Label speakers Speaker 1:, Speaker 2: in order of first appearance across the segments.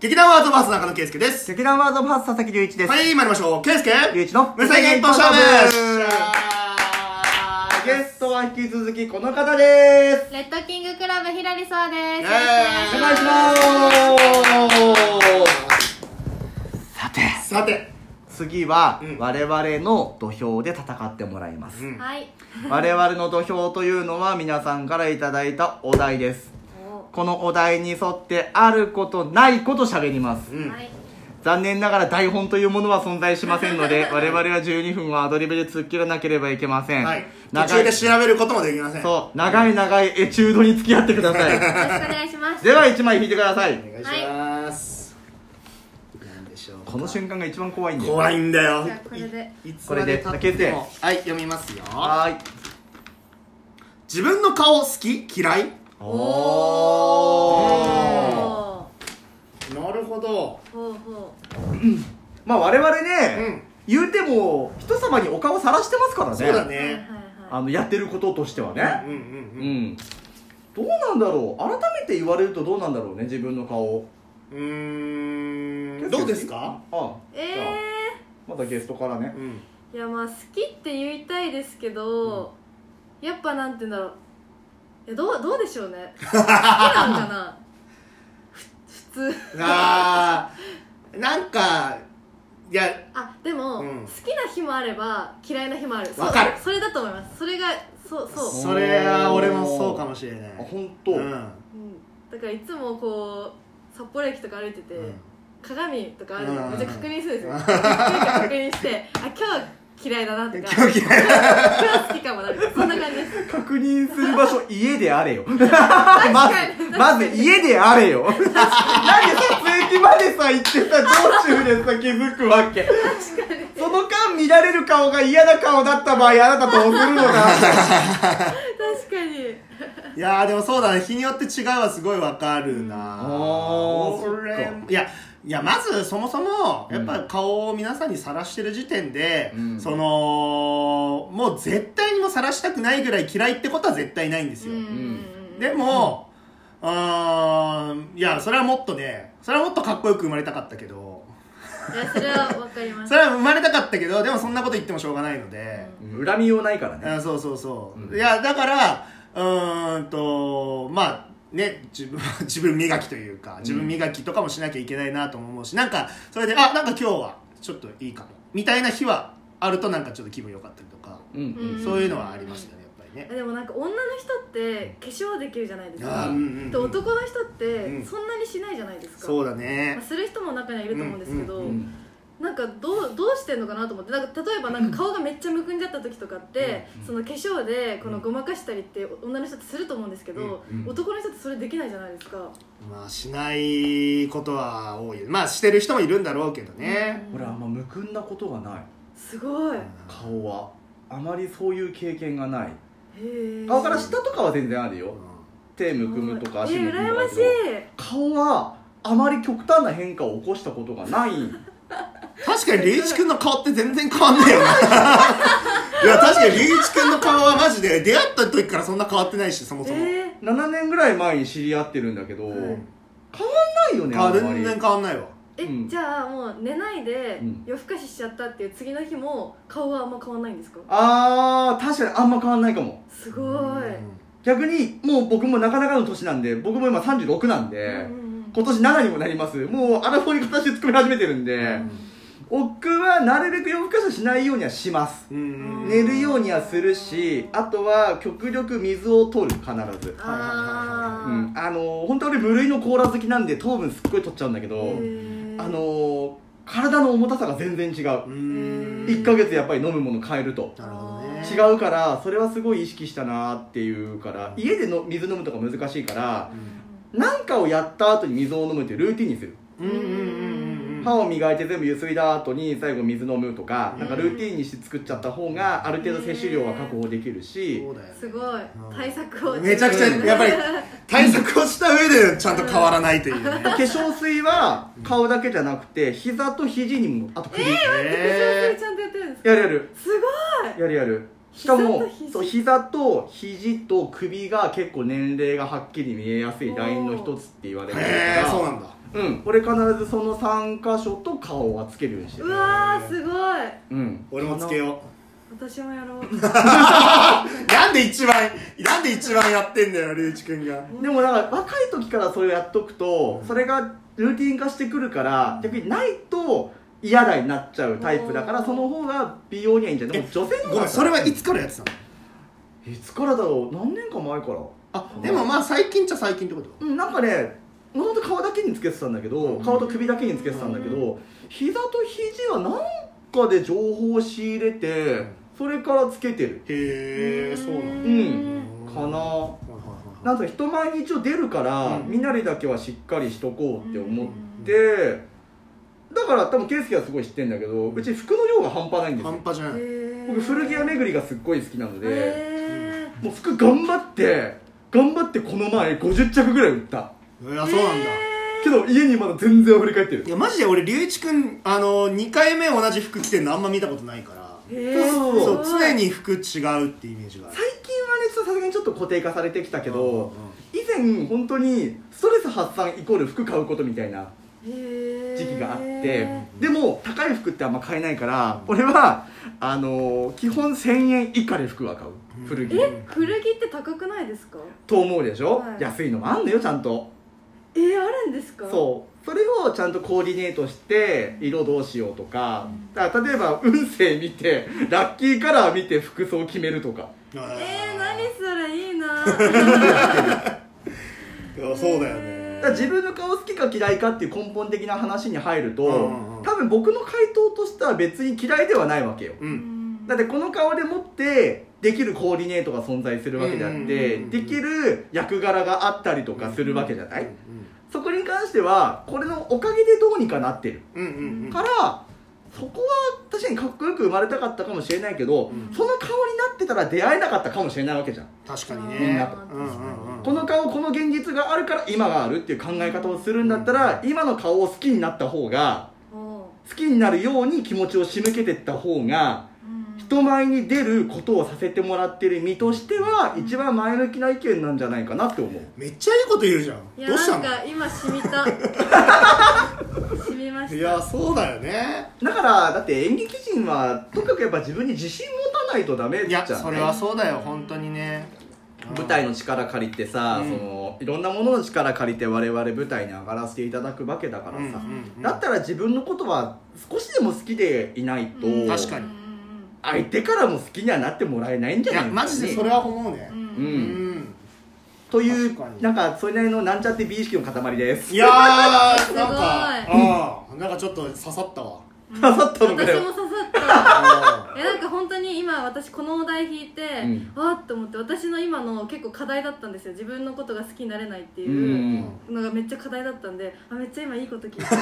Speaker 1: 劇団ワードバース中野圭介です。
Speaker 2: 劇団ワードパース佐々木隆一です。
Speaker 1: はい、参りましょう。圭介
Speaker 2: 隆一の
Speaker 1: 紫一本勝負
Speaker 2: よっしゃーゲストは引き続きこの方です。
Speaker 3: レッドキングクラブひらりそうで
Speaker 2: お
Speaker 3: す。
Speaker 2: 願いします。さて、
Speaker 1: さて、
Speaker 2: 次は
Speaker 1: うん
Speaker 2: 我々の土俵で戦ってもらいます。
Speaker 1: うん
Speaker 3: はい。
Speaker 2: 我々の土俵というのは皆さんからいただいたお題です。このお題に沿ってあることないこと喋ります。
Speaker 1: うん
Speaker 3: はい。
Speaker 2: 残念ながら台本というものは存在しません ので我々は12分はアドリブで突っ切らなければいけません、
Speaker 1: はい、途
Speaker 2: 長
Speaker 1: 中
Speaker 2: い
Speaker 1: で調べることもできません。
Speaker 2: そう長い長いエチュードに付き合ってくだ さい
Speaker 3: よろしくお願いします。
Speaker 2: では1枚引いてください
Speaker 1: お願いします。なんでしょうか
Speaker 2: この瞬間が一番怖いんで
Speaker 1: 怖いんだよ
Speaker 3: じゃあこれで
Speaker 1: いいつ
Speaker 2: これで
Speaker 1: ま経っても
Speaker 2: だ
Speaker 1: はい読みますよ
Speaker 2: はーい
Speaker 1: 自分の顔好き嫌い
Speaker 2: おー
Speaker 3: お
Speaker 1: なるほど
Speaker 3: ーほうほ
Speaker 2: まあ我々ね、
Speaker 1: うん
Speaker 2: 言うても人様にお顔さらしてますからね
Speaker 1: そうだ
Speaker 3: う。はいはい
Speaker 1: ね
Speaker 2: あのやってることとしては
Speaker 1: う
Speaker 2: ね
Speaker 1: んう
Speaker 2: うんんどうなんだろう改めて言われるとどうなんだろうね自分の顔
Speaker 1: うんうーんどうですか
Speaker 2: あ
Speaker 3: はい。え
Speaker 2: またゲストからね
Speaker 1: うん
Speaker 3: えー。いやまあ好きって言いたいですけど、やっぱなんて言うんだろう。いやどうどうでしょ うね。好きなんかな。ふ普通。
Speaker 1: あーなんかいや
Speaker 3: あでも、
Speaker 1: うん
Speaker 3: 好きな日もあれば嫌いな日もある。そう
Speaker 1: わかる
Speaker 3: それだと思います。それがそうそう。
Speaker 1: それは俺もそうかもしれない
Speaker 2: あ本当、
Speaker 1: うん
Speaker 3: うんだからいつもこう札幌駅とか歩いてて、
Speaker 1: うん
Speaker 3: 鏡とかあるの
Speaker 1: うん
Speaker 3: めっちゃ確認するんです よ一回確認してあ今日は嫌いだな とか
Speaker 1: 今日嫌い
Speaker 3: 今日は好きかもなとかそんな感じ です
Speaker 2: 確認する場所家であれよま
Speaker 3: に
Speaker 2: ずまず家であれよなんでさ続きまでさ行ってさ道中でさ気づくわけその間見られる顔が嫌な顔だった場合あなたどうするのか
Speaker 3: 確かに
Speaker 1: いやーでもそうだね日によって違いはすごいわかるな
Speaker 2: あー
Speaker 1: 俺
Speaker 2: そっ
Speaker 1: もいやいやまずそもそもやっぱ
Speaker 2: う
Speaker 1: 顔を皆さんにさらしてる時点で、
Speaker 2: うん
Speaker 1: そのもう絶対にもさらしたくないぐらい嫌いってことは絶対ないんですよ、
Speaker 3: うん
Speaker 1: でも、うーん、いやそれはもっとねそれはもっとかっこよく生まれたかったけど
Speaker 3: いやそれはわかります
Speaker 1: それは生まれたかったけどでもそんなこと言ってもしょうがないので、
Speaker 2: 恨みようないからね
Speaker 1: あそうそうそう、
Speaker 2: うん
Speaker 1: いやだからうーんとまあね自分 自分磨きというか自分磨きとかもしなきゃいけないなとも思うし、なんかそれであなんか今日はちょっといいかもみたいな日はあるとなんかちょっと気分良かったりとか、
Speaker 2: うん
Speaker 3: うん
Speaker 1: そういうのはありますよねやっぱりね、
Speaker 3: でもなんか女の人って化粧できるじゃないです
Speaker 1: あー
Speaker 3: か
Speaker 1: うんうんうん
Speaker 3: で男の人って
Speaker 1: ん
Speaker 3: そんなにしないじゃないですか、
Speaker 1: そうだ
Speaker 3: まあ
Speaker 1: ね
Speaker 3: する人も中にはいると思うんですけど、
Speaker 1: う
Speaker 2: うん
Speaker 3: なんかどうどうしてんのかなと思ってなんか例えばなんか顔がめっちゃむくんじゃった時とかって、その化粧でこのごまかしたりって女の人ってすると思うんですけど、
Speaker 2: うんうん
Speaker 3: 男の人ってそれできないじゃないですか、
Speaker 1: まあしないことは多いよまあしてる人もいるんだろうけどね、
Speaker 2: 俺あんまむくんだことがない
Speaker 3: すごいへ
Speaker 2: 顔はあまりそういう経験がない
Speaker 3: え
Speaker 2: 顔から下とかは全然ある
Speaker 1: う
Speaker 2: よ
Speaker 1: ん
Speaker 2: 手むくむとか
Speaker 3: え
Speaker 2: 足むくむ
Speaker 3: 羨
Speaker 2: とかある
Speaker 3: まし
Speaker 2: け
Speaker 3: い
Speaker 2: ど顔はあまり極端な変化を起こしたことが ない
Speaker 1: 確かにリーチ君の顔って全然変わんねえよないや確かにリーチ君の顔はマジで出会った時からそんな変わってないしそもそも、
Speaker 3: え
Speaker 2: 7年ぐらい前に知り合ってるんだけど、
Speaker 3: はい
Speaker 2: 変わんないよねあ
Speaker 1: あ
Speaker 2: んまり
Speaker 1: 全然変わんないわ
Speaker 3: え、
Speaker 2: うん
Speaker 3: じゃあもう寝ないで
Speaker 2: うん
Speaker 3: 夜更かししちゃったっていう次の日も顔はあんま変わんないんですか
Speaker 2: あー確かにあんま変わんないかも
Speaker 3: すごい、
Speaker 2: 逆にもう僕もなかなかの年なんで僕も今36なんで、
Speaker 3: うんうんうん
Speaker 2: 今年7にもなりますもうアラフォーに形で作り始めてるんで、僕はなるべく夜更かししないようにはします
Speaker 1: うんうん
Speaker 2: 寝るようにはするしあとは極力水を取る必ず
Speaker 3: あ
Speaker 2: う
Speaker 3: ー
Speaker 2: ん、あのー本当俺無類のコーラ好きなんで糖分すっごい取っちゃうんだけど、
Speaker 3: へー
Speaker 2: あのー体の重たさが全然違う、
Speaker 1: う
Speaker 3: うん
Speaker 2: 一1ヶ月やっぱり飲むもの変えると
Speaker 1: なるほどね
Speaker 2: 違うからそれはすごい意識したなっていうから家での水飲むとか難しいから何かをやった後に水を飲むっていうルーティンにする
Speaker 1: うんうんうんうん
Speaker 2: 歯を磨いて全部ゆすいだ後に最後水飲むとか
Speaker 1: うん
Speaker 2: なんかルーティンにして作っちゃった方がある程度摂取量は確保できるし
Speaker 1: そうだよ
Speaker 3: すごい
Speaker 1: うん
Speaker 3: 対策を
Speaker 1: めちゃくちゃやっぱり対策をした上でちゃんと変わらないというね
Speaker 2: 化粧水は顔だけじゃなくて膝と肘にもあと首、
Speaker 3: え
Speaker 1: へ
Speaker 3: ちゃんとやってるんですか
Speaker 2: やるやる
Speaker 3: すごい
Speaker 2: やるやるしかも
Speaker 3: 膝と肘
Speaker 2: そう膝と肘と首が結構年齢がはっきり見えやすいラインの一つって言われてるか
Speaker 1: え
Speaker 2: ら
Speaker 1: そうなんだ
Speaker 2: うん俺必ずその3箇所と顔はつけるようにして
Speaker 3: う
Speaker 2: る
Speaker 3: わーすごい
Speaker 2: うん
Speaker 1: 俺もつけよ
Speaker 3: 私もやろう
Speaker 1: うなんで一番なんで一番やってんだよ龍一君が
Speaker 2: でもなんか若い時からそれをやっとくとそれがルーティン化してくるから逆にないと嫌だになっちゃうタイプだから
Speaker 3: おー
Speaker 2: その方が美容にはいいんじゃないでも女性の方
Speaker 1: ごめ
Speaker 2: が
Speaker 1: んそれはいつからやってたの
Speaker 2: いつからだろう何年か前から
Speaker 1: あでもまあ最近っちゃ最近ってこと
Speaker 2: うんなんかねもともと顔だけにつけてたんだけど、顔と首だけにつけてたんだけど、膝と肘はなんかで情報を仕入れて、それからつけてる
Speaker 1: へえそうなんだ
Speaker 2: うんかな、
Speaker 1: はいはいはい
Speaker 2: なんか人前に一応出るから、
Speaker 1: うん
Speaker 2: 身なりだけはしっかりしとこうって思って、だから多分圭介はすごい知ってんだけどうち服の量が半端ないんですよ
Speaker 1: 半端じゃない、
Speaker 2: 僕古着屋巡りがすっごい好きなの
Speaker 3: で
Speaker 2: で、
Speaker 3: へ
Speaker 2: もう服頑張って頑張ってこの前50着ぐらい売った
Speaker 1: いやそうなんだ、
Speaker 2: けど家にまだ全然振り返ってる
Speaker 1: いやマジで俺龍一君あの2回目同じ服着てんのあんま見たことないから、
Speaker 3: えー、
Speaker 2: そう
Speaker 3: す
Speaker 1: そ
Speaker 3: ご
Speaker 1: う
Speaker 3: い
Speaker 1: 常に服違うってイメージがある
Speaker 2: 最近はねちょっとさすがにちょっと固定化されてきたけ
Speaker 1: うんうんうん
Speaker 2: ど以前本当にストレス発散イコール服買うことみたいな
Speaker 3: へー
Speaker 2: 時期があってでも高い服ってあんま買えないから俺はあのー基本1000円以下で服は買う古着
Speaker 3: え古着って高くないですか
Speaker 2: と思うでしょ、
Speaker 3: はい
Speaker 2: 安いのもあんのよちゃんと
Speaker 3: えー、あるんですか
Speaker 2: そうそれをちゃんとコーディネートして色どうしようとかだから例えば運勢見てラッキーカラー見て服装決めるとか
Speaker 3: え
Speaker 1: え
Speaker 3: ー、何それいいな
Speaker 1: いや そうだよ
Speaker 2: だ
Speaker 1: ね
Speaker 2: から自分の顔好きか嫌いかっていう根本的な話に入ると、
Speaker 1: うんうん
Speaker 2: 多分僕の回答としては別に嫌いではないわけよ、
Speaker 1: う
Speaker 3: うんん
Speaker 2: だってこの顔でもってできるコーディネートが存在するわけであって、
Speaker 1: うんうんうんうん
Speaker 2: できる役柄があったりとかするわけじゃない、
Speaker 1: う
Speaker 2: そこに関してはこれのおかげでどうにかなってる、
Speaker 1: んうんうんうんうん
Speaker 2: からそこは確かにかっこよく生まれたかったかもしれないけど、
Speaker 1: うん
Speaker 2: その顔になってたら出会えなかったかもしれないわけじゃん、
Speaker 1: 確かに
Speaker 3: みん
Speaker 1: ね
Speaker 2: なと
Speaker 1: うんうんうん
Speaker 2: この顔この現実があるから今があるっていう考え方をするんだったら、今の顔を好きになった方が
Speaker 3: おう
Speaker 2: 好きになるように気持ちを仕向けてった方が
Speaker 3: うん
Speaker 2: 人前に出ることをさせてもらってる身としては一番前向きな意見なんじゃないかなって思う
Speaker 1: めっちゃいいこと言うじゃん
Speaker 3: いや
Speaker 1: どうした
Speaker 3: なん
Speaker 1: の
Speaker 3: か今染みた染みました
Speaker 1: いやそうだよね
Speaker 2: だからだって演劇人はとにかくやっぱ自分に自信持たないとダメ
Speaker 1: い
Speaker 2: じゃ
Speaker 1: や
Speaker 2: ん
Speaker 1: それはそうだよ本当にね
Speaker 2: 舞台の力借りてさ、
Speaker 1: うん
Speaker 2: そのいろんなものの力借りて我々舞台に上がらせていただくわけだからさ、
Speaker 1: うんうんうん
Speaker 2: だったら自分のことは少しでも好きでいないと、
Speaker 3: うん
Speaker 1: 確かに
Speaker 3: うん
Speaker 2: 相手からも好きにはなってもらえないんじ
Speaker 1: い
Speaker 2: ゃない
Speaker 1: や
Speaker 2: か
Speaker 1: マジでそれは思うね
Speaker 3: うんうん
Speaker 2: う
Speaker 1: うんん
Speaker 2: という
Speaker 1: 確かに
Speaker 2: なんかそれなりのなんちゃって美意識の塊です
Speaker 1: いやー
Speaker 3: ごい
Speaker 1: なんかうんなんかちょっと刺さったわ
Speaker 3: うん
Speaker 2: 刺さったのか
Speaker 3: 私
Speaker 2: よ
Speaker 3: も刺さった
Speaker 1: あ
Speaker 3: いやなんか本当に今私このお題引いて、
Speaker 2: ん
Speaker 3: わーっと思って私の今の結構課題だったんですよ自分のことが好きになれないって
Speaker 2: う
Speaker 3: いうんのがめっちゃ課題だったんであめっちゃ今いいこと聞いた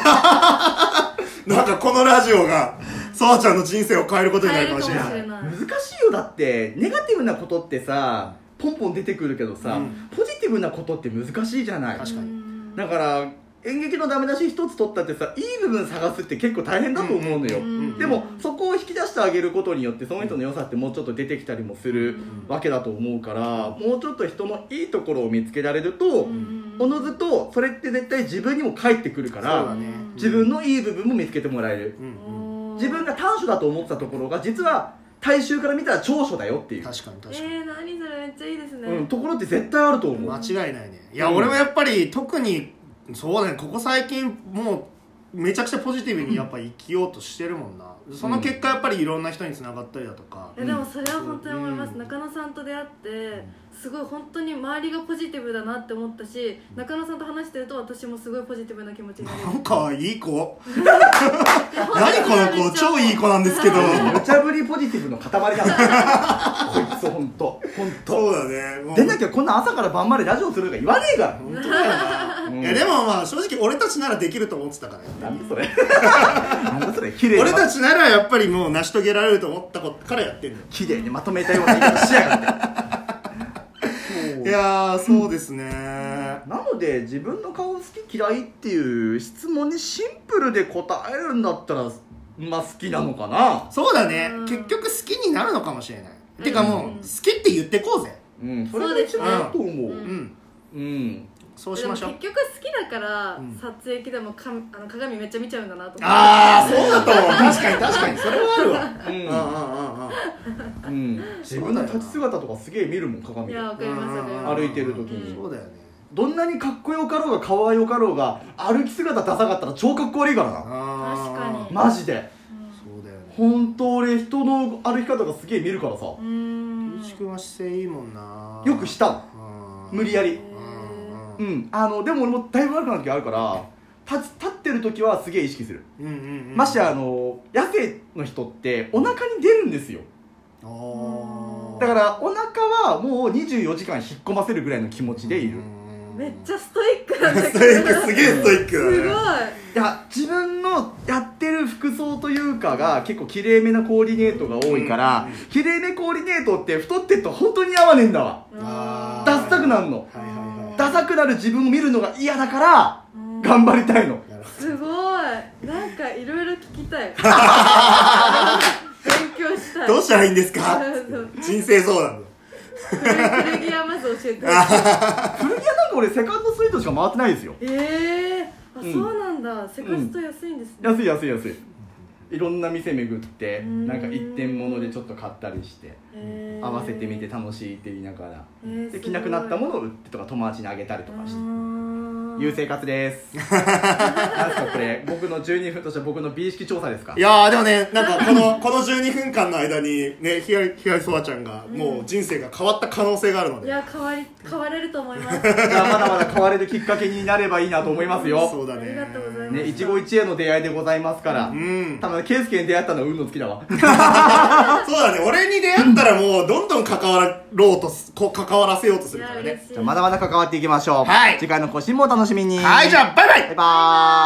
Speaker 1: ーなんかこのラジオがさわちゃんの人生を変えることになるかもしれ
Speaker 3: 変え
Speaker 1: ない
Speaker 3: るかもしれない
Speaker 2: 難しいよだってネガティブなことってさポンポン出てくるけどさ、
Speaker 1: うん
Speaker 2: ポジティブなことって難しいじゃない
Speaker 1: 確かに
Speaker 3: うん
Speaker 2: だから演劇のダメ出し一つ取ったってさいい部分探すって結構大変だと思うのよ、
Speaker 3: うん
Speaker 2: でもそこを引き出してあげることによってその人の良さってもうちょっと出てきたりもするわけだと思うからもうちょっと人のいいところを見つけられると
Speaker 3: うん
Speaker 2: おのずとそれって絶対自分にも返ってくるか
Speaker 1: そうだ
Speaker 2: ら
Speaker 1: ね
Speaker 2: 自分のいい部分も見つけてもらえる
Speaker 1: うんうん
Speaker 3: おー
Speaker 2: 自分が短所だと思ってたところが実は大衆から見たら長所だよっていう、
Speaker 1: 確かに確かに
Speaker 3: えー、何それめっちゃいいですね、
Speaker 2: うん、ところって絶対あると思う
Speaker 1: 間違いないねいや、
Speaker 2: うん
Speaker 1: 俺もやっぱり特にそうだねここ最近もうめちゃくちゃポジティブにやっぱ生きようとしてるもんな、その結果やっぱりいろんな人につながったりだとか、
Speaker 3: えでもそれは本当に思います、
Speaker 1: うん
Speaker 3: 中野さんと出会ってすごい本当に周りがポジティブだなって思ったし中野さんと話してると私もすごいポジティブな気持ち になる
Speaker 1: なんかいい子
Speaker 3: 何
Speaker 1: 何この子超いい子なんですけど
Speaker 2: 無茶ぶりポジティブの塊 だなこいつ本当本当
Speaker 1: そうだねもう
Speaker 2: 出なきゃこんな朝から晩までラジオするとか言わねえから
Speaker 1: 本当だよな、
Speaker 2: うん
Speaker 1: いやでもまあ正直俺たちならできると思ってたからよ
Speaker 2: なんだそれ なんだそれ綺麗
Speaker 1: 俺
Speaker 2: にま
Speaker 1: たちならやっぱりもう成し遂げられると思ったことからやってんだよ
Speaker 2: 綺麗にまとめたような言い方しやがっ
Speaker 1: い
Speaker 2: て いや
Speaker 1: やーそうですね、
Speaker 2: なので自分の顔好き嫌いっていう質問にシンプルで答えるんだったらまあ好きなのかな
Speaker 1: そうだね、
Speaker 3: うん
Speaker 1: 結局好きになるのかもしれない、てかもう
Speaker 3: うん
Speaker 1: 好きって言ってこうぜ
Speaker 2: うんそれが一番いいと思う
Speaker 3: そうう
Speaker 1: う
Speaker 3: で
Speaker 1: ん
Speaker 2: うん
Speaker 1: そうしましょう
Speaker 3: でも結局好きだから、
Speaker 1: うん
Speaker 3: 撮影機でもかあの鏡めっちゃ見ちゃうんだなと思って
Speaker 1: ああそうだと思う確かに確 かにそれはあるわ
Speaker 2: うんうんうんうん自分の立ち姿とかすげえ見るもん鏡
Speaker 3: い
Speaker 2: で
Speaker 3: やわかりますわかり
Speaker 1: うん
Speaker 3: ま
Speaker 1: うんうん
Speaker 3: す
Speaker 2: 歩いてる時に
Speaker 1: そうだよね
Speaker 2: どんなにかっこよかろうがかわいよかろうが歩き姿ダサかったら超かっこ悪いからな
Speaker 1: あー
Speaker 3: 確かに
Speaker 2: マジで
Speaker 1: そうだよね
Speaker 2: 本当俺人の歩き方がすげえ見るからさ
Speaker 3: うーん
Speaker 1: ゆうちくんは姿勢いいもんな
Speaker 2: よくしたの
Speaker 1: うん
Speaker 2: 無理やり
Speaker 1: うん
Speaker 2: う
Speaker 1: うん
Speaker 2: んあのでも俺もだいぶ悪くなる時あるから立つ立ってる時はすげえ意識する
Speaker 1: うんうんうん
Speaker 2: ましてあの痩せの人ってお腹に出るんですよ
Speaker 1: あー
Speaker 2: だからお腹はもう24時間引っ込ませるぐらいの気持ちでいる、
Speaker 1: う
Speaker 2: い
Speaker 1: ん
Speaker 3: めっちゃストイックなんだけ
Speaker 1: ス
Speaker 3: ど
Speaker 1: トイックすげえストイック
Speaker 3: すごい
Speaker 1: だね
Speaker 2: や自分のやってる服装というかが結構きれいめなコーディネートが多いから
Speaker 1: うん
Speaker 2: きれいめコーディネートって太ってると本当に合わねえんだわ
Speaker 1: あー
Speaker 2: ダサくなるの
Speaker 1: はいはいはい
Speaker 2: ダサくなる自分を見るのが嫌だから
Speaker 3: うん
Speaker 2: 頑張りたいの
Speaker 1: なるほ
Speaker 3: すごいなんかいろいろ聞き たい勉強したい
Speaker 1: どどうしたらいいんですか
Speaker 3: そう
Speaker 1: 人生相談だ
Speaker 3: 古着はまず教え
Speaker 2: 古
Speaker 3: て
Speaker 2: 着屋なんか俺セカンドスイートしか回ってないですよ
Speaker 3: ええあ、
Speaker 2: うん
Speaker 3: そうなんだセカスト安いんですね、
Speaker 2: 安い安い安いいろんな店巡って
Speaker 3: うん
Speaker 2: なんか一点物でちょっと買ったりして
Speaker 3: えー
Speaker 2: 合わせてみて楽しいって言いながら
Speaker 3: えー
Speaker 2: で着なくなったものを売ってとか友達にあげたりとかしていう生
Speaker 3: 活
Speaker 2: 活です なんすかこれ僕の12分として僕の美意識調査ですか
Speaker 1: いやーでもねなんかこ のこの12分間の間にねひやひやりそばちゃんがもう人生が変わった可能性があるの
Speaker 3: い
Speaker 1: で
Speaker 3: や変わり変われると思います
Speaker 2: じゃあまだまだ変われるきっかけになればいいなと思います
Speaker 1: そ
Speaker 2: よ
Speaker 1: うだね
Speaker 3: ありがとうございます
Speaker 2: ね一期一会の出会いでございますから、
Speaker 1: うん
Speaker 2: ただ圭介に出会ったのは運の尽きだわ
Speaker 1: そうだね俺に出会ったらもうどんどん関わろうとすこ関わらせようとす
Speaker 3: い
Speaker 1: るか
Speaker 3: や
Speaker 1: ら
Speaker 3: 嬉
Speaker 1: ね
Speaker 3: しい
Speaker 2: じゃあまだまだ関わっていきましょう、
Speaker 1: はい
Speaker 2: 次回の更新もお楽しみに
Speaker 1: はいじゃあバイバイ
Speaker 2: バイバーイ